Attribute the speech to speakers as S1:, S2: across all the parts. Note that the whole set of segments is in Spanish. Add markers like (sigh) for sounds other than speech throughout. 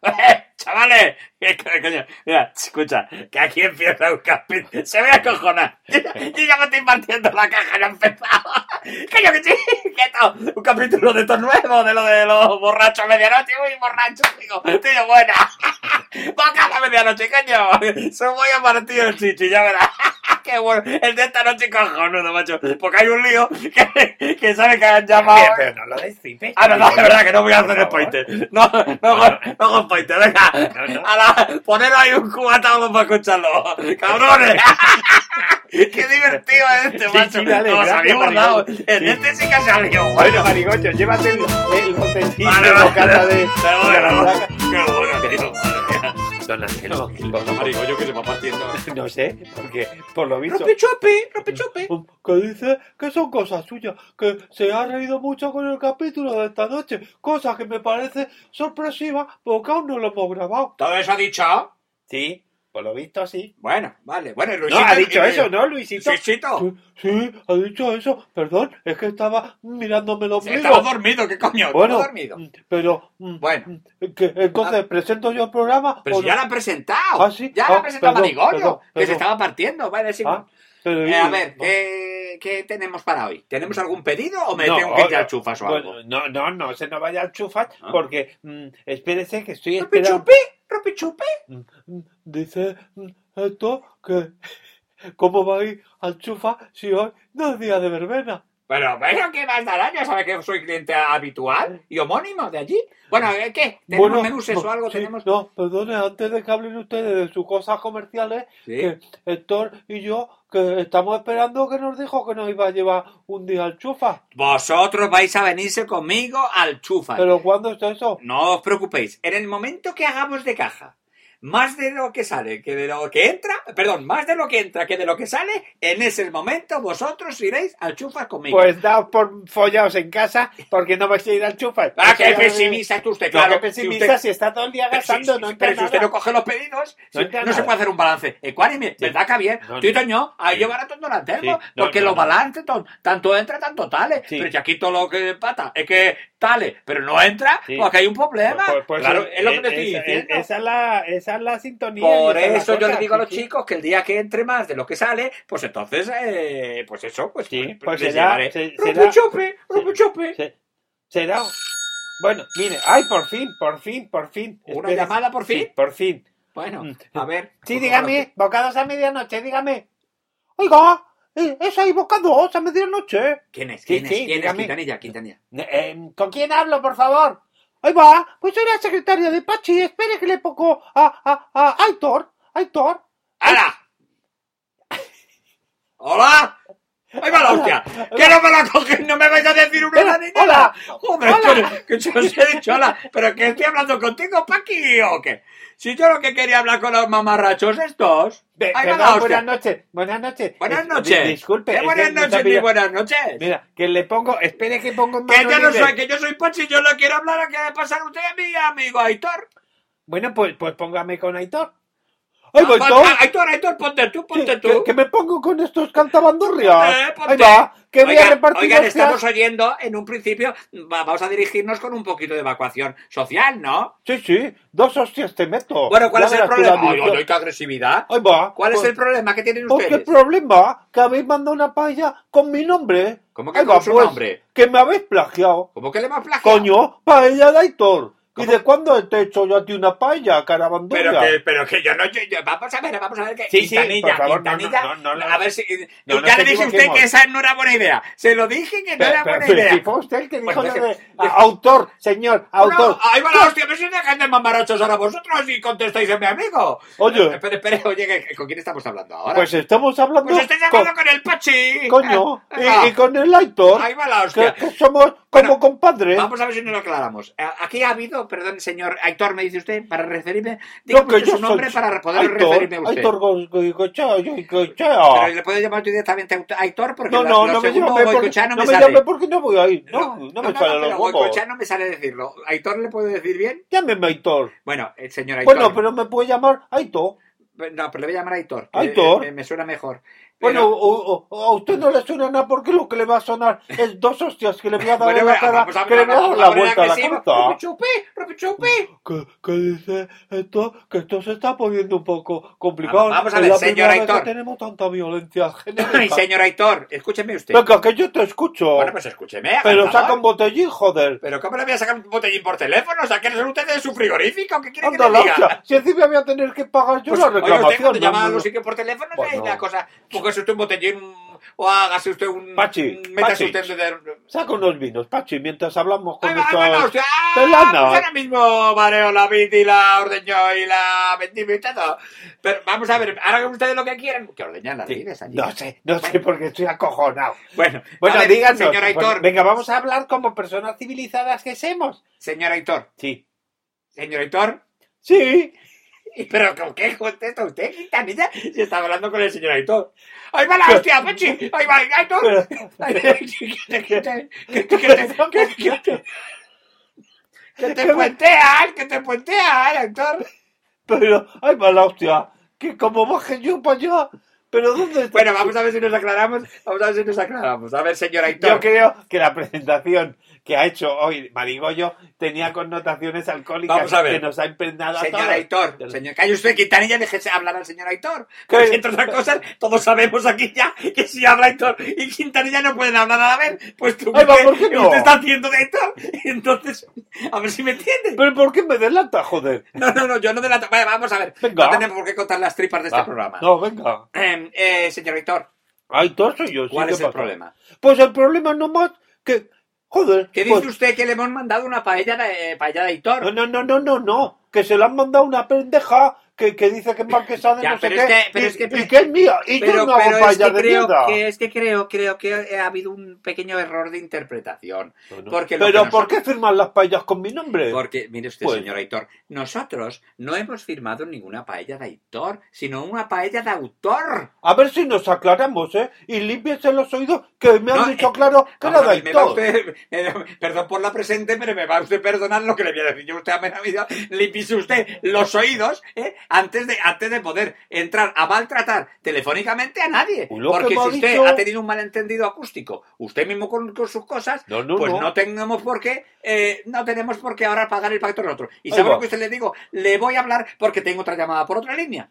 S1: (laughs) ¡Chavales! ¿Qué coño? Mira, escucha, que aquí empieza un capítulo. Se voy a cojonar. (laughs) Yo, yo ya me estoy partiendo la caja, no he empezado. (laughs) ¡Coño que sí! ¡Quieto! Un capítulo de estos nuevos, de lo de los borrachos a medianoche. ¡Uy, borracho! Digo, tío, buena. (laughs) ¡Boca a la medianoche, coño! Se voy a partir el chichi, ya verás. (laughs) ¡Qué bueno! El de esta noche cojonudo, macho. Porque hay un lío que, que sabe que han llamado.
S2: Bien, pero no lo destripes.
S1: Ah, no, no, de verdad que no voy a
S2: Por
S1: hacer
S2: favor.
S1: spoiler. No, no, no, no con spoiler, venga.
S2: No, no.
S1: A la, poneros ahí un cubatazo para escucharlo.
S2: (laughs)
S1: ¡Cabrones! ¡Qué divertido es este,
S2: Sí,
S1: macho!
S2: sí, dale,
S1: Nos
S2: gracias,
S1: había guardado.
S2: maricón.
S1: En este sí que salió,
S2: Bueno,
S1: bueno.
S2: marigocho, llévate el, el botellín
S1: Vale,
S2: de
S1: vale.
S2: bocata de...
S1: Pero
S2: de la
S1: bueno,
S2: butaca.
S1: qué bueno, tío.
S2: Don Angelo,
S3: Los amarigollos que se va partiendo.
S2: no sé, porque por lo visto... Mm,
S3: Rompechope, rompechope.
S2: Que dice que son cosas suyas, que se ha reído mucho con el capítulo de esta noche, cosa que me parece sorpresiva porque aún no lo hemos grabado.
S3: ¿Todo eso ha dicho?
S2: Sí, por lo visto sí.
S3: Bueno, vale. Bueno, y
S2: No,
S3: Luisito.
S2: ha dicho
S3: y-
S2: eso, ¿no, Luisito?
S3: Luisito.
S2: Sí, ha dicho eso, perdón, es que estaba mirándome los
S3: Sí, Estaba dormido, ¿qué coño? Bueno.
S2: Bueno,
S3: dormido.
S2: mm, pero. mm,
S3: Bueno. Ah.
S2: mm, que, entonces, ¿presento yo el programa?
S3: Pero
S2: o
S3: si ya
S2: no?
S3: la han presentado.
S2: Ah, sí.
S3: Ya la
S2: Ah,
S3: ha presentado
S2: perdón,
S3: Marigollo,
S2: perdón,
S3: que se
S2: perdón.
S3: estaba partiendo. Vale, sí.
S2: Ah, pero-
S3: Eh, a ver,
S2: no.
S3: ¿qué, qué tenemos para hoy? ¿Tenemos algún pedido o me
S2: No,
S3: tengo que ir
S2: ahora-
S3: a chufas o algo?
S2: Bueno, no, no, no se nos vaya al chufas
S3: Ah.
S2: porque mm, espérese que estoy esperando.
S3: ¿Ropichupi? ¿Ropichupi?
S2: Mm, mm, Dice mm, esto que ¿cómo va a ir al chufa si hoy no es día de verbena?
S3: Bueno, bueno, ¿qué más dará? Ya sabes que soy cliente habitual y homónimo de allí. Bueno, eh, ¿qué? ¿Tenemos menús
S2: no,
S3: o algo?
S2: sí,
S3: ¿Tenemos...?
S2: No, perdone, antes de que hablen ustedes de sus cosas comerciales,
S3: Sí.
S2: que Héctor y yo que estamos esperando que nos dijo que nos iba a llevar un día al chufa.
S3: Vosotros vais a venirse conmigo al chufa.
S2: Pero ¿cuándo está eso?
S3: No os preocupéis. En el momento que hagamos de caja, más de lo que sale que de lo que entra, perdón, más de lo que entra que de lo que sale, en ese momento vosotros iréis al chufa conmigo.
S2: Pues daos por follaos en casa porque no vais a ir al chufa.
S3: ¿Para qué
S2: Eso ya-
S3: Ah, pesimista está usted?
S2: Claro,
S3: Claro,
S2: que
S3: si
S2: pesimista
S3: usted-
S2: si está todo el día
S3: pero si-
S2: gastando, no
S3: pero si
S2: entra
S3: usted
S2: nada.
S3: no coge los pedidos,
S2: No
S3: si- no,
S2: entra
S3: se
S2: nada.
S3: puede hacer un balance. Ecuánime,
S2: Sí.
S3: ¿verdad que bien?
S2: No, no.
S3: Tú y yo, ahí
S2: Sí.
S3: yo barato en Donatelmo,
S2: Sí. No,
S3: porque
S2: no,
S3: los
S2: no.
S3: balances ton- tanto entra, tanto tales.
S2: Sí.
S3: Pero si aquí todo lo que pata es que tales, pero no entra,
S2: Sí.
S3: pues aquí hay un problema.
S2: Pues- pues-
S3: claro,
S2: pues,
S3: es lo que
S2: eh,
S3: te estoy
S2: esa-
S3: diciendo.
S2: eh, Esa es la, esa es la sintonía.
S3: Por
S2: y esa es la
S3: eso yo
S2: cosa,
S3: les digo a
S2: sí,
S3: los
S2: sí.
S3: chicos que el día que entre más de lo que sale, pues entonces, eh, pues eso, pues
S2: Sí,
S3: pues,
S2: pues
S3: les
S2: será-
S3: llevaré.
S2: se-
S3: Rompe
S2: será-
S3: chope, rompe chope.
S2: Se- Será. Bueno, mire, ay, por fin, por fin, por fin.
S3: ¿Una
S2: Espera.
S3: llamada por fin?
S2: Sí, por fin.
S3: Bueno,
S2: Mm.
S3: a ver.
S2: Sí,
S3: Pues,
S2: dígame, bocados a medianoche, dígame. Oiga, eh, es ahí bocados a medianoche.
S3: ¿Quién es?
S2: Sí,
S3: ¿Quién es?
S2: sí,
S3: ¿Quién es?
S2: dígame.
S3: Quintanilla, Quintanilla.
S2: Eh, eh, ¿Con quién hablo, por favor? Ahí va, pues soy la secretaria de Pachi, espere que le pongo a, a, a, a Aitor, Aitor.
S3: ¡Hala! ¡Hola! ¡Ahí va la hostia! ¡Que no me la coges! ¡No me vais a decir una
S2: Hola,
S3: hora ni nada!
S2: hola.
S3: ¡Joder!
S2: Hola.
S3: Que, que yo os he dicho hola, pero que estoy hablando contigo, Paqui, o qué? Si yo lo que quería hablar con los mamarrachos estos.
S2: Ve-
S3: Ahí va
S2: perdón,
S3: la hostia.
S2: buenas noches, buenas noches.
S3: Buenas
S2: Es-
S3: noches.
S2: di- Disculpe.
S3: Eh,
S2: es que
S3: buenas
S2: me está
S3: noches, ni
S2: pillando-
S3: buenas noches.
S2: Mira, que le pongo, espere que pongo en
S3: Que
S2: mano
S3: yo no
S2: libre.
S3: soy, que yo soy Pochi, yo le quiero hablar a que le pasan usted a mi amigo Aitor.
S2: Bueno, pues, pues póngame con Aitor. ¡Ay, pues
S3: Ah,
S2: Aitor!
S3: pon- Aitor, Aitor, ponte tú, ponte
S2: ¿Qué-
S3: tú.
S2: qué- qué me pongo con estos cantabandorrias?
S3: Eh, ponte.
S2: Ahí va, que voy a
S3: Oigan,
S2: repartir
S3: oigan,
S2: hostias.
S3: estamos oyendo en un principio, va- vamos a dirigirnos con un poquito de evacuación social, ¿no?
S2: Sí, sí, dos hostias te meto.
S3: Bueno, ¿cuál
S2: Oh, Ya
S3: es el
S2: verás tú
S3: problema?
S2: la
S3: Ay,
S2: dirección.
S3: ay, qué agresividad.
S2: Ahí va.
S3: ¿Cuál es
S2: Pues-
S3: el problema que tienen
S2: pues, ¿Qué
S3: ustedes?
S2: problema? Que habéis mandado una paella con mi nombre.
S3: ¿Cómo que
S2: Ahí
S3: con
S2: va,
S3: su
S2: pues,
S3: nombre?
S2: Que me habéis plagiado.
S3: ¿Cómo que le hemos plagiado?
S2: Coño, paella de Aitor. ¿Y
S3: ¿Cómo?
S2: de cuándo te he hecho yo a ti una paella, carabandurria?
S3: Pero que, pero que yo no, yo- yo- vamos a ver, vamos a ver que
S2: Sí, sí, por favor, no,
S3: Quintanilla,
S2: no, no, no,
S3: a ver si
S2: no, no
S3: ya
S2: te
S3: le dije a usted
S2: equivoquemos.
S3: que esa no era buena idea. Se lo dije que no
S2: Pero-
S3: era
S2: pero-
S3: buena
S2: pero
S3: idea.
S2: si fue usted el que dijo
S3: Bueno,
S2: lo de
S3: es
S2: a- autor, señor, autor.
S3: No, ahí va la hostia, me sois dejando de mamarachos ahora vosotros y contestáis a mi amigo.
S2: Oye.
S3: Espera, espera, oye, ¿que- ¿con quién estamos hablando ahora?
S2: Pues estamos hablando
S3: Pues estáis
S2: con,
S3: hablando con, el Pachi. (laughs)
S2: coño
S3: Ah, ah,
S2: y, y con el Aitor,
S3: Ahí va la
S2: que,
S3: hostia.
S2: que somos
S3: Bueno,
S2: como compadres.
S3: Vamos a ver si nos lo aclaramos. Eh, Aquí ha habido, perdón, señor Aitor, me dice usted, para referirme.
S2: Lo
S3: Dígame
S2: que
S3: usted
S2: yo
S3: su nombre
S2: soy-
S3: para poder
S2: Aitor,
S3: referirme a usted.
S2: Aitor Go- Go- Goicoechea, yo
S3: Pero
S2: Goicoechea.
S3: le puedo llamar directamente a Aut- Aitor porque
S2: No,
S3: lo-
S2: no,
S3: lo
S2: no me
S3: segundo
S2: llame porque
S3: Goicoechea
S2: no
S3: no
S2: me
S3: me sale.
S2: llame porque no voy a ir. No, no, me salen
S3: pero
S2: los huevos.
S3: Goicoechea no me sale decirlo. Aitor le puedo decir bien.
S2: Llámeme Aitor.
S3: Bueno, el señor Aitor.
S2: Bueno, pero me puede llamar Aitor.
S3: No, pero le voy a llamar Aitor. que,
S2: Aitor.
S3: eh, Me, me suena mejor.
S2: Bueno, o- o- o a usted no le suena nada porque lo que le va a sonar es dos hostias que le voy a dar
S3: Bueno,
S2: en la cara,
S3: vamos a
S2: que le voy a dar
S3: vamos
S2: la
S3: poner
S2: vuelta a la
S3: agresivo.
S2: cabeza.
S3: Chupé, chupé, chupé.
S2: que, que dice esto, que esto se está poniendo un poco complicado.
S3: Vamos- vamos a
S2: Es
S3: ver,
S2: la
S3: señor
S2: primera vez
S3: Aitor.
S2: que tenemos tanta violencia
S3: Ay,
S2: genérica.
S3: señor Aitor, escúcheme usted.
S2: Venga, que yo te escucho.
S3: Bueno, pues escúcheme. haga el
S2: pero
S3: favor.
S2: saca un botellín, joder.
S3: ¿Pero cómo le voy a sacar un botellín por teléfono? ¿Saquen ustedes de su frigorífico? ¿Qué quiere que
S2: Anda
S3: le
S2: la
S3: diga?
S2: hostia. Si encima voy a tener que pagar yo
S3: Pues, oiga,
S2: la
S3: usted
S2: reclamación.
S3: cuando
S2: no,
S3: llama a
S2: no, Pues
S3: los
S2: no.
S3: sitios por teléfono,
S2: Bueno.
S3: es la cosa. Póngase usted un botellín o hágase usted un...
S2: Pachi,
S3: un- métase
S2: Pachi.
S3: usted de...
S2: Saca unos vinos, Pachi, mientras hablamos con
S3: Ahí va, ahí
S2: nuestros...
S3: va la hostia. Ah,
S2: Pelana.
S3: pues ahora mismo mareo la vid y la ordeño y la vendimia y todo. Pero vamos a ver, hagan ustedes lo que quieran. Que ordeñan las vides allí.
S2: No sé, no sé, porque estoy acojonado.
S3: Bueno,
S2: Bueno,
S3: a ver,
S2: díganos.
S3: Señor
S2: pues,
S3: Aitor,
S2: venga, vamos a hablar como personas civilizadas que somos.
S3: señor Aitor,
S2: Sí.
S3: señor Aitor.
S2: Sí.
S3: ¿Y ¿Pero con qué contesta usted, Quintanilla? Si estaba hablando con el señor Aitor. ¡Ahí va la
S2: Pero-
S3: hostia, Pachi! ¡Ahí va Aitor!
S2: Pero,
S3: Ay, ¿Qué te, qué te- qué te- qué te- qué te- que te puenteas? ¡Que te puenteas, Aitor!
S2: pero, ay, mala hostia. Que como baje yo para allá. Pero ¿dónde está?
S3: Bueno, vamos a ver si nos aclaramos. Vamos a ver si nos aclaramos. A ver, señor
S2: Yo
S3: Aitor.
S2: creo que la presentación que ha hecho hoy Marigollo tenía connotaciones alcohólicas
S3: Vamos a ver.
S2: que nos ha impregnado a
S3: Señor
S2: todos.
S3: Aitor,
S2: Del-
S3: señor, calle usted, Quintanilla, déjese hablar al señor Aitor.
S2: ¿Qué?
S3: Porque, entre otras cosas, todos sabemos aquí ya que si habla Aitor y Quintanilla no pueden hablar a la vez, pues tú,
S2: Ay, va,
S3: usted,
S2: ¿por qué no?
S3: usted está haciendo de Aitor. (laughs) Entonces, a ver si me entiende.
S2: Pero ¿por qué me delata, joder?
S3: No, no, no, yo no delato. Vale, vamos a ver.
S2: Venga.
S3: No tenemos por qué contar las tripas de este
S2: Va,
S3: programa.
S2: No, venga.
S3: Eh, eh, señor Aitor,
S2: Aitor soy yo. sí,
S3: ¿cuál
S2: ¿qué
S3: es el
S2: pasa?
S3: problema?
S2: Pues el problema no más que... Joder.
S3: ¿Qué
S2: pues-
S3: dice usted que le hemos mandado una paella de, eh, paella de Aitor?
S2: No, no, no, no, no, no. Que se la han mandado una pendeja que, que dice que es marquesa de
S3: Ya,
S2: no sé
S3: pero es
S2: qué.
S3: que- pero
S2: y,
S3: es que-
S2: y que es mía. Y yo
S3: pero,
S2: no hago
S3: pero es,
S2: payas
S3: que
S2: de
S3: creo,
S2: mierda.
S3: que, es que creo, creo que ha habido un pequeño error de interpretación. Porque lo que
S2: Pero
S3: nos-
S2: ¿por qué firman las payas con mi nombre?
S3: Porque, mire usted,
S2: Pues-
S3: señor Aitor, nosotros no hemos firmado ninguna paella de Aitor, sino una paella de autor.
S2: A ver si nos aclaramos, ¿eh? Y límpiense los oídos que me han
S3: No,
S2: dicho
S3: eh,
S2: claro que
S3: Vamos
S2: era
S3: a ver, me va
S2: Daitor.
S3: usted- (laughs) me- perdón por la presente, pero me va a usted perdonar lo que le voy a decir. Yo a usted a mi vida limpie usted los oídos ¿eh? antes, de, antes de poder entrar a maltratar telefónicamente a nadie.
S2: Uy, lo que
S3: Porque
S2: me ha
S3: si usted
S2: dicho-
S3: ha tenido un malentendido acústico, usted mismo con, con sus cosas,
S2: No, no,
S3: pues
S2: no.
S3: no. tenemos por qué, eh, no tenemos por qué ahora pagar el pacto del otro. Y
S2: Ahí
S3: sabe
S2: va.
S3: lo que usted le digo, le voy a hablar porque tengo otra llamada por otra línea.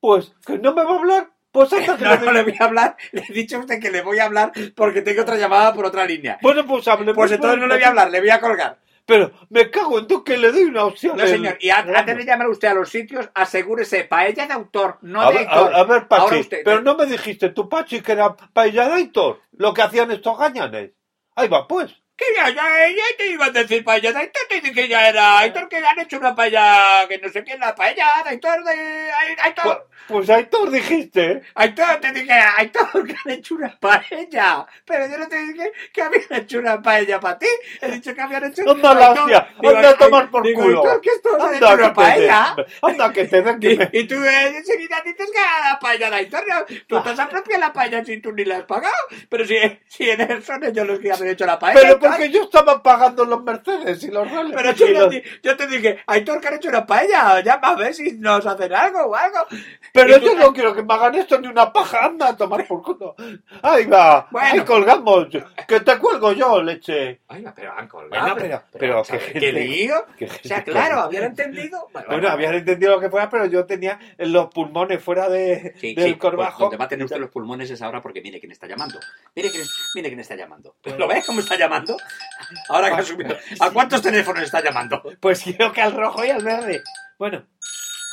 S2: Pues que no me va a hablar.
S3: (laughs)
S2: Pues hasta que
S3: No,
S2: le
S3: no
S2: den-
S3: le voy a hablar, le he dicho a usted que le voy a hablar porque tengo otra llamada por otra línea.
S2: Bueno, pues hablemos.
S3: Pues entonces no le voy a hablar, le voy a colgar.
S2: Pero me cago en tú que le doy una opción.
S3: No, eh,
S2: del-
S3: señor. Y a- antes de llamar usted a los sitios, asegúrese, paella de autor, no
S2: a,
S3: de
S2: ver,
S3: autor.
S2: a- a ver, Pachi,
S3: Ahora usted-
S2: pero no me dijiste tú, Pachi, que era paella de Aitor, lo que hacían estos gañanes. Ahí va, pues.
S3: Que ya, ya, ya te iba a decir paella de autor, te dije que ya era autor, que han hecho una paella, que no sé qué, la paella de autor, de ay-
S2: Pues,
S3: autor.
S2: pues Aitor dijiste. ¿eh?
S3: Autor, te dije, autor, que han hecho una paella. Pero yo no te dije que habían hecho una paella para ti. He dicho que habían hecho
S2: Anda la
S3: Aitor.
S2: hostia,
S3: Digo,
S2: anda a
S3: ay,
S2: tomar por
S3: digo,
S2: culo.
S3: Aitor, que esto se ha hecho
S2: Anda
S3: una
S2: que, te
S3: paella.
S2: den, anda que
S3: (laughs)
S2: te den. que me-
S3: Y, y tú eh, enseguida dices que a la paella de Aitor, ¿no?
S2: Ah.
S3: tú te has apropiado la paella si tú ni la has pagado. Pero si, si en eso son ellos los que han hecho la paella.
S2: Pero
S3: tal.
S2: porque yo estaba pagando los Mercedes y los Rales.
S3: Pero yo,
S2: y
S3: no
S2: los-
S3: di- yo te dije, Aitor, que han hecho una paella, ya va a ver si nos hacen algo o algo.
S2: pero
S3: y tú-
S2: yo no quiero que me hagan esto ni una paja. Anda a tomar por culo. Ahí va.
S3: Bueno.
S2: Ahí colgamos. Que te cuelgo yo, leche.
S3: Oiga, pero han colgado.
S2: Bueno, Ah, pero- pero
S3: vamos a
S2: qué
S3: ver,
S2: gente-
S3: lío?
S2: qué (laughs)
S3: O sea,
S2: gente-
S3: claro, habían entendido. Bueno,
S2: Bueno, habías entendido lo que fuera, pero yo tenía los pulmones fuera de, (laughs)
S3: Sí,
S2: del
S3: sí, pues
S2: corbajo.
S3: donde va a tener usted los pulmones es ahora porque mire quién está llamando. Mire quién, mire quién está llamando. (laughs) ¿Lo ves cómo está llamando? Ahora que ha subido. ¿A cuántos teléfonos está llamando?
S2: Pues creo que al rojo y al verde. Bueno,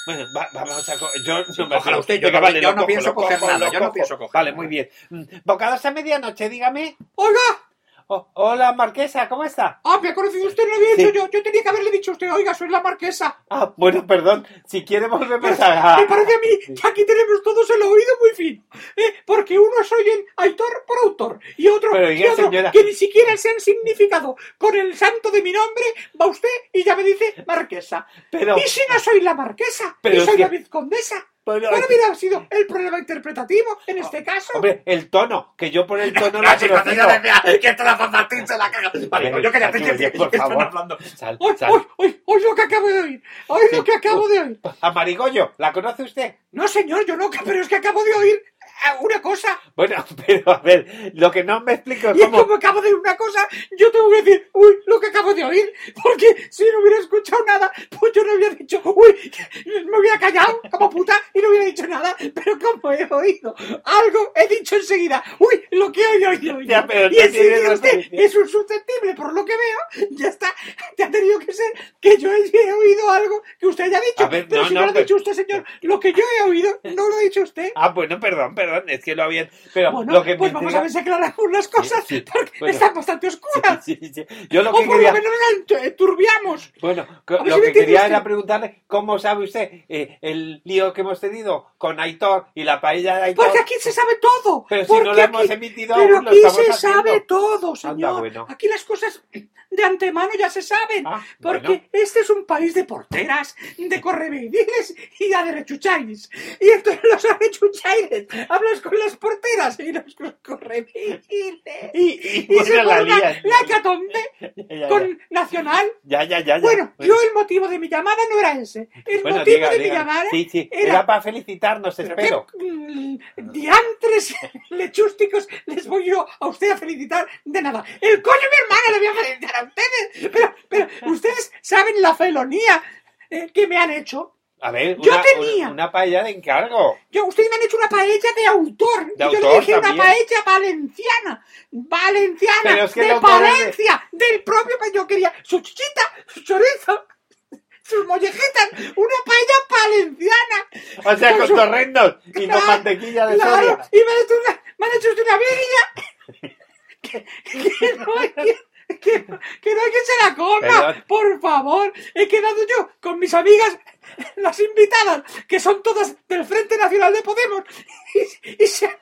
S2: bueno, va- vamos a. co- Yo no me
S3: cójala usted, yo
S2: Venga,
S3: no- yo
S2: lo
S3: no pienso
S2: lo
S3: coger nada,
S2: lo
S3: yo no pienso coger
S2: Vale,
S3: nada.
S2: muy bien. Mm, Bocados a medianoche, dígame.
S3: ¡Hola!
S2: O- hola, Marquesa, ¿cómo está?
S3: Ah, me ha conocido usted, lo había
S2: Sí.
S3: dicho yo. Yo tenía que haberle dicho a usted, oiga, soy la
S2: (laughs)
S3: marquesa.
S2: Ah, bueno, perdón, si quiere volvemos
S3: (laughs)
S2: a.
S3: Me parece a mí que aquí tenemos todos el oído muy fino. ¿eh? Porque unos oyen autor por autor y otro,
S2: Pero,
S3: y
S2: oiga,
S3: otro
S2: señora.
S3: que ni siquiera se han significado. Con el santo de mi nombre va usted y ya me dice marquesa.
S2: Pero.
S3: Y si no soy la marquesa,
S2: Pero
S3: y
S2: es
S3: soy
S2: que-
S3: la vizcondesa.
S2: pero-
S3: ¿Cuál hubiera sido el problema interpretativo en este caso?
S2: Hombre, el tono, que yo por el tono
S3: (laughs) No,
S2: lo
S3: sí, cuando yo
S2: conozco.
S3: decía que esto la fantasía se la caga. Vale, pues yo que ya te
S2: Pachi,
S3: decía
S2: por
S3: que están
S2: favor.
S3: hablando.
S2: Sal,
S3: ¡Hoy,
S2: sal.
S3: hoy, hoy! ¡Hoy lo que acabo de oír! ¡Hoy lo
S2: Sí.
S3: que acabo de oír!
S2: A Marigollo, ¿la conoce usted?
S3: No, señor, yo no, pero es que acabo de oír a una cosa
S1: Bueno, (laughs) pero a ver, lo que no me explico (laughs)
S3: (laughs)
S1: es
S3: y es
S1: cómo.
S3: como acabo de oír una cosa, yo tengo que decir, uy, lo que acabo de oír, porque si no hubiera escuchado nada, pues yo no hubiera dicho, uy, me hubiera callado como puta y no hubiera dicho nada, pero como he oído algo, he dicho enseguida, uy, lo que he oído.
S1: Ya, pero
S3: y
S1: no
S3: enseguida
S1: tiene
S3: usted
S1: razón.
S3: es un susceptible, por lo que veo, ya está, te ha tenido que ser que yo he oído algo que usted haya dicho,
S1: A ver,
S3: pero
S1: no,
S3: si no,
S1: no,
S3: lo ha
S1: pero-
S3: dicho usted, señor, lo que yo he oído, no lo ha dicho usted.
S1: Ah, bueno, perdón, perdón, es que lo había. Pero
S3: Bueno,
S1: lo que me
S3: pues vamos
S1: intriga-
S3: a ver si aclaramos las cosas,
S1: sí,
S3: porque
S1: bueno.
S3: están bastante oscuras.
S1: (laughs) Sí, sí, sí. Yo lo
S3: o
S1: que
S3: Oh, por lo
S1: quería.
S3: menos la turbiamos.
S1: Bueno, co-
S3: ver si
S1: lo
S3: me
S1: que
S3: entiende
S1: quería
S3: usted.
S1: era preguntarle cómo sabe usted eh, el lío que hemos tenido con Aitor y la paella de Aitor.
S3: Porque aquí se sabe todo.
S1: Pero si
S3: Porque
S1: no lo hemos
S3: aquí-
S1: emitido
S3: Pero
S1: aún, lo
S3: aquí se
S1: estamos haciendo.
S3: sabe todo, señor.
S1: bueno.
S3: Aquí las cosas de antemano ya se saben.
S1: Ah,
S3: Porque
S1: bueno.
S3: este es un país de porteras, de correveidiles y de aderechuchaires. Y entonces los aderechuchaires hablas con las porteras y los correveidiles. Y,
S1: Y, (laughs) bueno,
S3: se
S1: la
S3: forma
S1: lían.
S3: la hecatombe
S1: Ya, ya,
S3: con Nacional
S1: (laughs) ya, ya, ya, ya.
S3: Bueno, yo el motivo de mi llamada no era ese. El
S1: Bueno,
S3: motivo
S1: diga,
S3: de mi
S1: diga.
S3: llamada.
S1: Sí, sí,
S3: era-
S1: era, para felicitarnos,
S3: Pero
S1: espero.
S3: qué, mm, diantres (laughs) lechústicos les voy yo a usted a felicitar de nada. El coño de mi hermana le voy a felicitar a ustedes. Pero, pero ustedes saben la felonía eh, que me han hecho.
S1: A ver,
S3: Yo
S1: una,
S3: tenía.
S1: una, una paella de encargo.
S3: Yo, ustedes me han hecho una paella de autor.
S1: De
S3: Y yo le
S1: autor
S3: dije una
S1: también.
S3: paella valenciana. Valenciana.
S1: Pero es que el
S3: de
S1: autor es de-
S3: Valencia. Del propio. pa- Yo quería su chichita, su chorizo, (laughs) sus mollejitas. Una paella valenciana.
S1: O sea, con torrendos y
S3: Claro,
S1: con mantequilla de
S3: claro,
S1: soria.
S3: Y me han hecho una, me han hecho una virilla.
S1: (laughs)
S3: que, que no hay que, que- que no hay quien se la coma,
S1: Perdón.
S3: por favor. He quedado yo con mis amigas, las invitadas, que son todas del Frente Nacional de Podemos, y, y se han.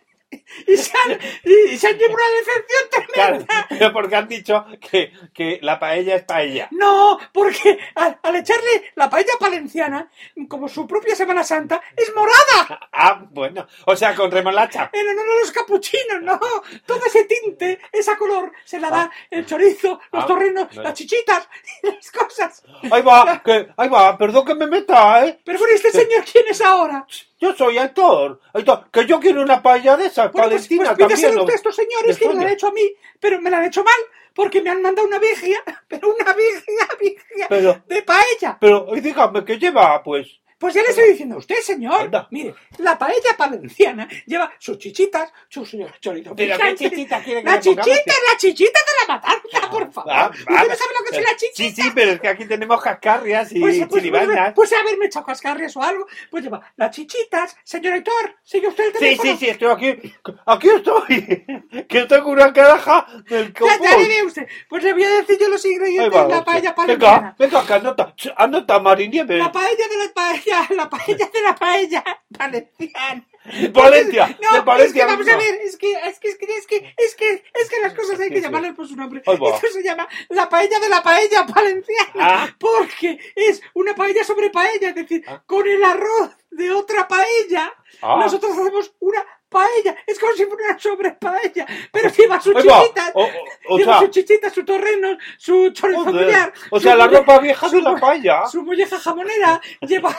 S3: Y se han, y se han llevado una decepción
S1: Claro,
S3: tremenda.
S1: pero porque han dicho que, que la paella es paella.
S3: No, porque al, al echarle la paella valenciana, como su propia Semana Santa, es morada.
S1: Ah, bueno. O sea, con remolacha.
S3: En honor a los capuchinos, no. Todo ese tinte, esa color, se la da el chorizo, los
S1: Ah,
S3: torrenos,
S1: bueno.
S3: las chichitas, las cosas.
S1: Ahí va, que, ahí va, perdón que me meta, ¿eh?
S3: Pero bueno, ¿y ¿este señor quién es
S1: (laughs)
S3: ahora?
S1: Yo soy actor. Actor, Que yo quiero una paella de esas,
S3: Bueno, pues,
S1: Valentina,
S3: pues pídaselo usted
S1: también.
S3: a
S1: ¿no?
S3: estos señores que me lo han
S1: España.
S3: hecho a mí, pero me la han hecho mal, porque me han mandado una vigia, (laughs) pero una vigia, (laughs) vigia,
S1: Pero-
S3: de paella.
S1: Pero, y dígame, ¿qué lleva, pues?
S3: Pues ya le estoy diciendo a usted, señor.
S1: Anda.
S3: Mire, la paella palenciana lleva sus chichitas, sus chorizos.
S1: ¿Pero qué
S3: picantes.
S1: chichitas quiere que
S3: Las
S1: le pongamos?
S3: chichitas, las chichitas de la matanza, por favor.
S1: Ah,
S3: ¿Usted no
S1: vale.
S3: sabe lo que es la chichita?
S1: Sí, sí, pero es que aquí tenemos cascarrias y
S3: Pues, pues, pues,
S1: chiribainas.
S3: pues, haberme echado cascarrias o algo. Pues lleva las chichitas, señor Héctor, sigue usted el
S1: Sí,
S3: teléfono.
S1: sí, sí, estoy aquí. Aquí estoy. (laughs) Que estoy con una caraja del
S3: Ya, ya le
S1: copón.
S3: veo usted. Pues le voy a decir yo los
S1: Ahí
S3: ingredientes
S1: va,
S3: de la
S1: hostia.
S3: paella
S1: Venga,
S3: palenciana.
S1: venga, que anota. Ch, Anota, Marinieves.
S3: La paella de la paella, (laughs) la paella de la paella valenciana.
S1: Valencia,
S3: No,
S1: de Valencia.
S3: es que vamos a
S1: misma.
S3: ver, es que, es que, es que, es que, es que, es que las cosas hay
S1: Sí,
S3: que
S1: sí.
S3: llamarlas por su nombre.
S1: Ahí va.
S3: Esto se llama la paella de la paella valenciana.
S1: Ah.
S3: Porque es una paella sobre paella, es decir,
S1: Ah.
S3: con el arroz de otra paella,
S1: Ah.
S3: nosotros hacemos una paella. Es como si fuera una sobre paella, pero lleva sus
S1: Ahí va.
S3: chichitas.
S1: O- o- o
S3: lleva
S1: sea-
S3: sus chichitas, sus torrenos, su chorizo
S1: Joder.
S3: familiar.
S1: O
S3: su
S1: sea, la
S3: molle-
S1: ropa vieja de
S3: su
S1: la
S3: mo-
S1: paella.
S3: Su molleja jamonera lleva.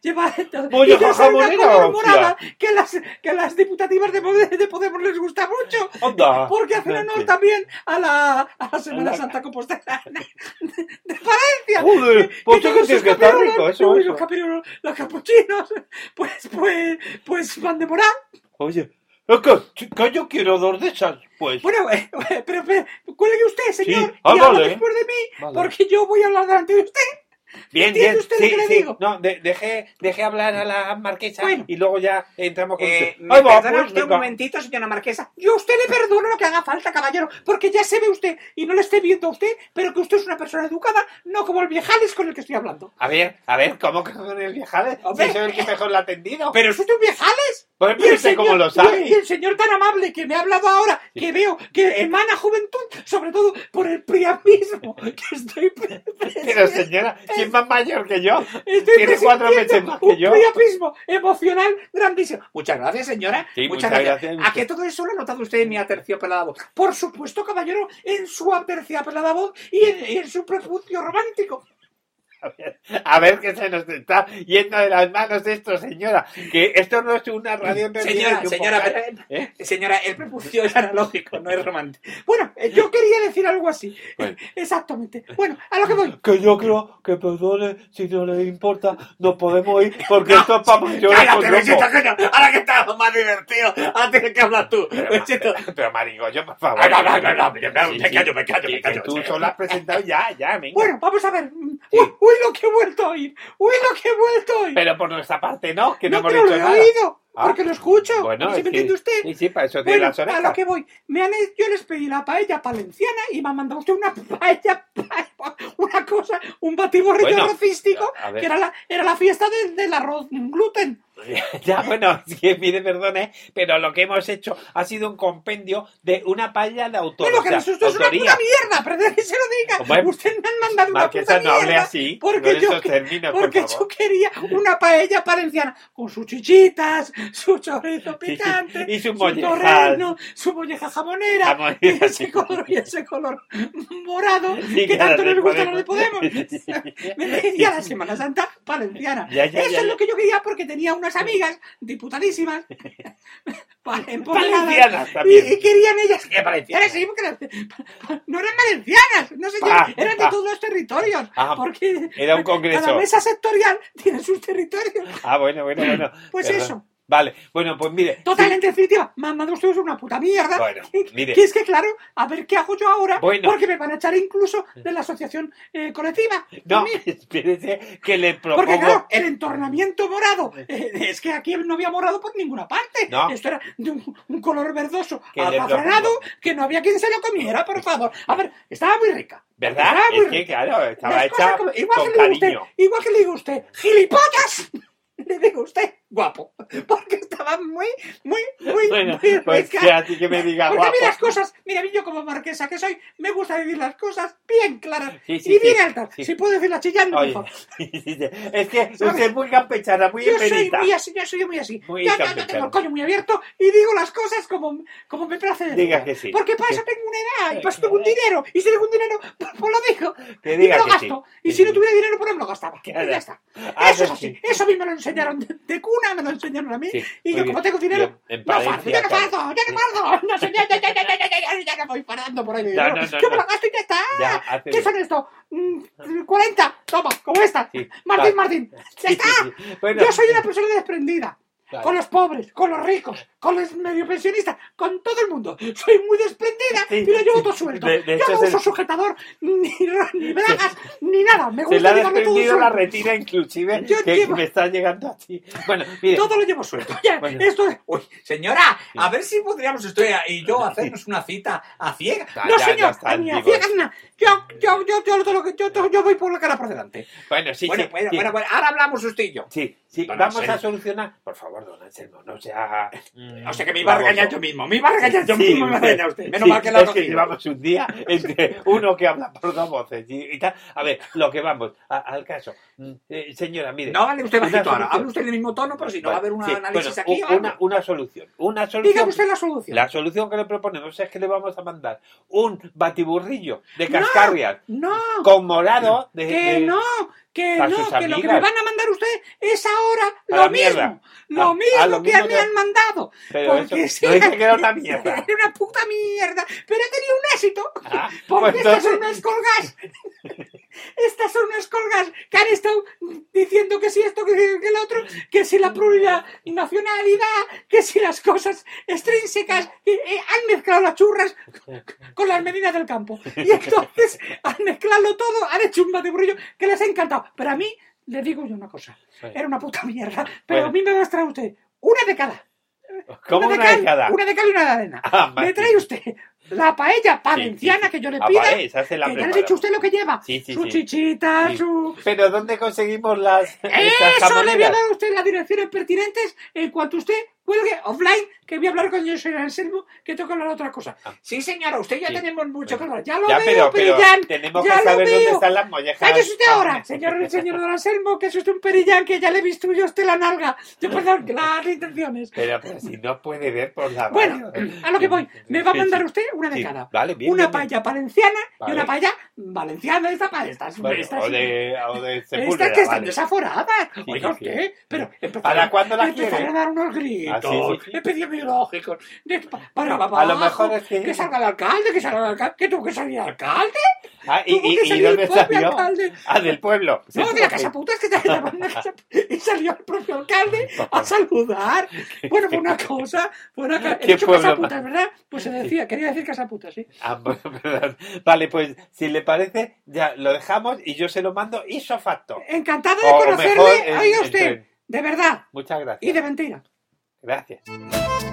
S3: lleva
S1: (laughs) Molleja
S3: y debe ser una
S1: jamonera,
S3: color
S1: hostia.
S3: morada que a las, que a las diputativas de Podemos, de Podemos les gusta mucho.
S1: Anda.
S3: Porque hacen honor
S1: Vente.
S3: también a la, a la Semana
S1: A la-
S3: Santa Compostela de, de Valencia.
S1: Joder, (laughs) pues sí
S3: tiene
S1: que tiene
S3: sus
S1: que estar
S3: caperulos,
S1: rico, eso,
S3: uy,
S1: eso.
S3: Los, caperulos, los capuchinos, (laughs) pues, pues, pues van de moral.
S1: Oye, es que, ch- que yo quiero dos de esas, pues.
S3: Bueno, (laughs) eh, pero, pero cuelgue usted, señor,
S1: Sí. Ah,
S3: y habla
S1: vale.
S3: después de mí,
S1: Vale.
S3: porque yo voy a hablar delante de usted.
S1: bien,
S3: ¿entiende usted lo que le digo?
S1: No, de- dejé, dejé hablar a la marquesa
S3: Bueno.
S1: y luego ya entramos con
S3: Eh,
S1: usted.
S3: ¿Me
S1: Ahí va,
S3: perdona
S1: pues,
S3: usted un
S1: venga.
S3: momentito, señora Marquesa? Yo a usted le perdono lo que haga falta, caballero, porque ya se ve usted y no le esté viendo a usted, pero que usted es una persona educada, no como el viejales con el que estoy hablando.
S1: A ver, a ver, ¿cómo que con el viejales?
S3: Hombre.
S1: Si soy el que mejor la ha atendido.
S3: ¡Pero es usted un viejales!
S1: Pues
S3: Y el
S1: mire usted cómo lo sabe.
S3: Y el señor tan amable que me ha hablado ahora, que veo que emana juventud, sobre todo por el priapismo que estoy...
S1: (laughs)
S3: pre-
S1: Pero señora, ¿quién más mayor que yo?
S3: Estoy
S1: Tiene cuatro
S3: presintiendo
S1: meses más que yo.
S3: Un priapismo emocional grandísimo. Muchas gracias, señora.
S1: Sí,
S3: muchas,
S1: muchas
S3: gracias.
S1: gracias.
S3: ¿A que todo eso lo ha notado usted en mi aterciopelada voz? Por supuesto, caballero, en su aterciopelada voz y en, y en su prepucio romántico.
S1: a ver, a ver qué se nos está yendo de las manos esto, señora. Que esto no es una radio en realidad,
S3: Señora,
S1: que un
S3: señora,
S1: podcast-
S3: pero-
S1: ¿eh?
S3: señora, el prepucio es analógico, no es romántico. Bueno, eh, yo quería decir algo así.
S2: Bueno.
S3: (laughs) Exactamente. Bueno, a lo que
S1: (laughs)
S3: voy.
S1: Que yo creo que, perdone, si no le importa, nos podemos ir porque esto es para mayores
S2: ¡Cállate,
S1: con
S2: Luisito,
S1: rumbo.
S2: coño! Ahora que estás más divertido, ahora tienes que hablar tú. Luisito.
S1: Pero marico, yo por favor.
S2: Ay, no, no, no, no, yo me-
S1: Sí,
S2: me
S1: sí.
S2: callo, me callo,
S1: Que-
S2: me
S1: que
S2: callo.
S1: Tú solo has presentado ya, ya, venga.
S3: Bueno, vamos a ver. Mm, Uy, uy, lo que he vuelto a oír. Uy, lo que he vuelto a oír.
S1: Pero por nuestra parte no, que no,
S3: no,
S1: hemos
S3: pero lo
S1: dicho
S3: he
S1: nada.
S3: oído.
S1: Ah.
S3: Porque lo escucho.
S1: Bueno,
S3: ¿Sí
S1: es
S3: me
S1: que-
S3: entiende usted?
S1: Sí, sí, para eso tiene
S3: Bueno,
S1: las
S3: a
S1: orejas.
S3: lo que voy. Me han, yo les pedí la paella palenciana y me han mandado usted una paella, (laughs) paella- una cosa, un batiburrillo
S1: Bueno,
S3: rocístico,
S1: a ver.
S3: que era la, era la fiesta de- del arroz gluten.
S1: (laughs) Ya, bueno, es que pide perdón, ¿eh? pero lo que hemos hecho ha sido un compendio de una paella de autor.
S3: bueno, que
S1: o sea,
S3: resulta es una puta mierda, pero que se lo diga.
S1: Hombre,
S3: Usted me han mandado una
S1: Marquesa,
S3: puta
S1: no hable
S3: mierda.
S1: así,
S3: porque
S1: con
S3: yo
S1: esos
S3: que-
S1: términos, por
S3: Porque yo
S1: favor.
S3: quería una paella palenciana con sus chichitas, su chorizo
S1: Sí, sí,
S3: picante,
S1: y su
S3: su
S1: molleja.
S3: torreno, su molleja jamonera,
S1: Jamón-
S3: y ese color, y ese color morado
S1: Sí,
S3: que
S1: claro,
S3: tanto
S1: de
S3: nos gusta a los de
S1: Podemos.
S3: Podemos. (laughs)
S1: (laughs) Sí.
S3: Me decía la Semana Santa valenciana.
S1: Ya, ya,
S3: Eso
S1: ya,
S3: es
S1: ya.
S3: lo que yo quería porque tenía unas amigas
S1: (laughs)
S3: diputadísimas vale, empoderadas, Pues
S1: Valencianas
S3: y,
S1: también.
S3: y querían ellas
S2: ¿Qué parecía?
S3: Ahora sí, porque las- no eran valencianas, no señor,
S1: Ah,
S3: eran de
S1: ah.
S3: todos los territorios.
S1: Ah,
S3: porque
S1: era un congreso.
S3: Cada mesa sectorial tiene sus territorios.
S1: Ah, bueno, bueno, bueno.
S3: Pues
S1: Perdón.
S3: eso.
S1: Vale, bueno, pues mire.
S3: Total,
S1: sí,
S3: en definitiva, mamá de ustedes es una puta mierda.
S1: Bueno,
S3: que,
S1: mire.
S3: que es que, claro, a ver qué hago yo ahora,
S1: Bueno. Mm.
S3: porque me van a echar incluso de la asociación eh, colectiva.
S1: No,
S3: Mira,
S1: (laughs) espérese que le propongo.
S3: Porque claro, el entornamiento morado, eh, es que aquí no había morado por ninguna parte.
S1: Mm. No.
S3: Esto era de un, un color verdoso
S1: Que le
S3: azafranado
S1: propongo.
S3: que no había quien se lo comiera, por favor. A ver, estaba muy rica.
S1: ¿Verdad?
S3: Estaba muy
S1: Es que
S3: rica.
S1: claro, estaba
S3: pues, Las cosas
S1: hecha
S3: como-
S1: con
S3: que le digo
S1: cariño.
S3: Usted, igual que le digo a usted, ¡gilipollas! (laughs) Le digo a usted, guapo. (laughs) Porque estaba muy, muy, muy, (laughs)
S1: Bueno,
S3: muy
S1: pues
S3: rica.
S1: que así que me diga
S3: Porque
S1: guapo.
S3: a mí
S1: (laughs)
S3: las cosas, mira, a mí yo como marquesa que soy, me gusta vivir las cosas bien claras
S1: Sí, sí,
S3: y bien
S1: sí,
S3: altas.
S1: sí.
S3: Si puedo decirlas chillando,
S1: Oye,
S3: mejor.
S1: es que usted es muy campechana, muy
S3: Yo soy
S1: emperita.
S3: muy así, yo soy muy así.
S1: Muy
S3: yo, yo- yo
S1: campechano.
S3: tengo el coño muy abierto y digo las cosas como, como me place decir.
S1: Diga que sí.
S3: Porque para eso tengo una
S1: (laughs)
S3: edad y para eso tengo un dinero. Y si tengo un dinero, pues, pues lo digo.
S1: Que
S3: y
S1: diga
S3: me lo
S1: que sí.
S3: gasto. Y
S1: Sí,
S3: si no
S1: sí.
S3: tuviera dinero, pues no me lo gastaba. Y
S1: Claro.
S3: ya está.
S1: Ah,
S3: eso es
S1: sí,
S3: así.
S1: sí.
S3: Eso a mí me lo enseñaron de, de cuna, me lo enseñaron a mí.
S1: Sí,
S3: y
S1: muy
S3: yo,
S1: bien.
S3: como tengo dinero,
S1: Yo, en
S3: no fardo,
S1: Palencia,
S3: yo no
S1: claro.
S3: fardo, yo no
S1: (laughs)
S3: fardo. No sé, ya, ya, ya, ya, ya, ya, ya, ya, ya voy parando por ahí.
S1: No,
S3: ¿no?
S1: no, no,
S3: yo me
S1: no.
S3: lo gasto y ya está.
S1: Ya, hace
S3: ¿Qué
S1: bien.
S3: son esto? Mm, 40, toma, como esta.
S1: Sí,
S3: Martín,
S1: vale.
S3: Martín, ya
S1: Sí,
S3: está.
S1: sí, sí. Bueno,
S3: Yo soy una persona desprendida.
S1: Claro.
S3: Con los pobres, con los ricos, con los medio pensionistas, con todo el mundo. Soy muy desprendida
S1: Sí.
S3: y lo llevo todo suelto.
S1: De- de
S3: Yo
S1: hecho,
S3: no
S1: se-
S3: uso sujetador, ni, ro- ni bragas, ni nada. Me
S1: se le
S3: gusta
S1: ha
S3: llevarlo todo
S1: desprendido la
S3: suelto.
S1: retira inclusive
S3: Yo
S1: que
S3: llevo-
S1: me está llegando así. Bueno, mire,
S3: Todo lo llevo suelto. Ya,
S1: Bueno.
S3: Esto es-
S2: Uy, señora, a ver si podríamos usted y yo hacernos una cita a ciegas.
S1: Ah,
S3: no,
S1: ya- ya
S3: señor,
S1: está,
S3: a mí, a
S1: digo,
S3: ciegas, na. Yo, yo, yo, yo, todo lo que- yo, yo- yo voy por la cara por delante.
S1: bueno, sí,
S2: bueno,
S1: sí,
S2: bueno,
S1: sí,
S2: bueno, bueno, ahora hablamos usted y yo.
S1: sí, sí,
S2: Don
S1: vamos
S2: Anselmo.
S1: a solucionar. Por favor, don Anselmo, no sea. mm,
S2: O sea que me iba a
S1: baboso.
S2: regañar yo mismo, me iba a regañar yo
S1: Sí,
S2: mismo, me iba a regañar usted. Menos
S1: sí,
S2: mal que la
S1: es que
S2: cogido.
S1: llevamos un día
S2: (laughs)
S1: entre uno que habla por dos voces y, y tal. A ver, lo que vamos, a- al caso. Mm, eh, señora, mire.
S2: No vale usted
S1: una
S2: bajito ahora,
S1: solución.
S2: hable usted del mismo tono, pero si no va a haber un
S1: Sí,
S2: análisis
S1: bueno,
S2: aquí.
S1: u-
S2: o algo.
S1: una, una solución. Una
S3: Dígame
S1: solución.
S3: usted la solución.
S1: La solución que le proponemos es que le vamos a mandar un batiburrillo de cascarrias
S3: No,
S1: con morado de,
S3: que
S1: de-
S3: no, que
S1: a
S3: no,
S1: sus
S3: que lo que
S1: amigas.
S3: me van a mandar usted es ahora lo
S1: A la
S3: mismo.
S1: mierda. Ah,
S3: Lo
S1: A- a
S3: mismo
S1: lo
S3: que
S1: mismo
S3: me
S1: que-
S3: han mandado.
S1: Pero eso,
S2: (laughs)
S3: porque sí,
S1: no dice que era una mierda.
S3: (laughs) Era una puta mierda, pero he tenido un éxito.
S1: Ah,
S3: Porque
S1: pues
S3: estas son unas
S1: entonces-
S3: colgas.
S1: (laughs)
S3: estas son unas colgas que han estado diciendo que si esto, que, que el otro, que si la plurinacionalidad, que si las cosas extrínsecas. y- y han mezclado las churras con las meninas del campo. Y entonces, al mezclarlo todo, han hecho un batiburrillo que les ha encantado. Pero a mí, le digo yo una cosa.
S1: Bueno.
S3: Era una puta mierda. Pero
S1: Bueno.
S3: a mí me va a traer usted una de cada.
S1: ¿Cómo una
S3: cal,
S1: década?
S3: Una de cal y una de arena.
S1: Ah,
S3: me
S1: vale.
S3: trae usted la paella palenciana
S1: sí, sí.
S3: que yo le
S1: Ah,
S3: pida.
S1: vale, esa se la
S3: que ya le he
S1: preparamos.
S3: dicho usted lo que lleva.
S1: Sí, sí,
S3: su
S1: sí.
S3: chichita,
S1: Sí.
S3: su...
S1: Pero ¿dónde conseguimos las (laughs) estas
S3: Eso le voy a
S1: jamoneras?
S3: dar a usted las direcciones pertinentes en cuanto usted cuelgue offline, que voy a hablar con el señor Anselmo, que tengo que hablar de otra cosa. Sí, señora, usted ya
S1: Ah. Sí.
S3: tenemos mucho que
S1: Bueno.
S3: hablar. Ya lo
S1: Ya,
S3: veo,
S1: pero,
S3: pero,
S1: pero
S3: ya,
S1: tenemos
S3: ya
S1: que
S3: lo
S1: saber dónde
S3: veo.
S1: están las mollejas.
S3: Cállese usted ahora, señor, señor don Anselmo, que es usted un perillán, que ya le he visto yo a usted la nalga. Yo, perdón, las intenciones.
S1: Pero, pero si no puede ver por la
S3: Bueno,
S1: radio.
S3: a lo que voy. Me va a mandar usted una de
S1: Sí,
S3: cada.
S1: Vale, bien.
S3: una
S1: bien, bien.
S3: paella valenciana
S1: Vale.
S3: y una paella valenciana. Esta paella está súper.
S1: Bueno,
S3: está
S1: o
S3: súper-
S1: de, o de Sepúlveda,
S3: Estas que están
S1: vale.
S3: desaforadas. Oiga
S1: sí, sí.
S3: usted, pero empezaron,
S1: ¿Para cuándo las
S3: empezaron
S1: quiere?
S3: a dar unos
S1: Ah, sí, sí,
S3: gritos
S1: sí.
S3: epidemiológicos. de pa- para, para
S1: A lo
S3: abajo,
S1: mejor es que-
S3: salga el alcalde, que salga el alcalde, que tuvo que salir el alcalde,
S1: Ah, ¿y,
S3: tuvo que
S1: y, y
S3: salir
S1: dónde
S3: el propio
S1: salió?
S3: alcalde.
S1: Ah, del pueblo.
S3: No, de la casa puta, es que te llamaban la
S1: (laughs)
S3: casa Y salió el propio alcalde a
S1: (laughs)
S3: saludar. Bueno, fue una cosa, fue una ca-
S1: Qué
S3: He dicho
S1: pueblo
S3: casa puta, ¿verdad? Pues se decía, quería decir casa puta, sí.
S1: Ah, (laughs) verdad. Vale, pues si le parece, ya lo dejamos y yo se lo mando hizo facto.
S3: Encantada de
S1: O
S3: conocerle,
S1: mejor eh, este. en-
S3: oiga
S1: en
S3: usted,
S1: tren.
S3: de verdad
S1: Muchas
S3: y
S1: gracias.
S3: de mentira.
S1: Gracias.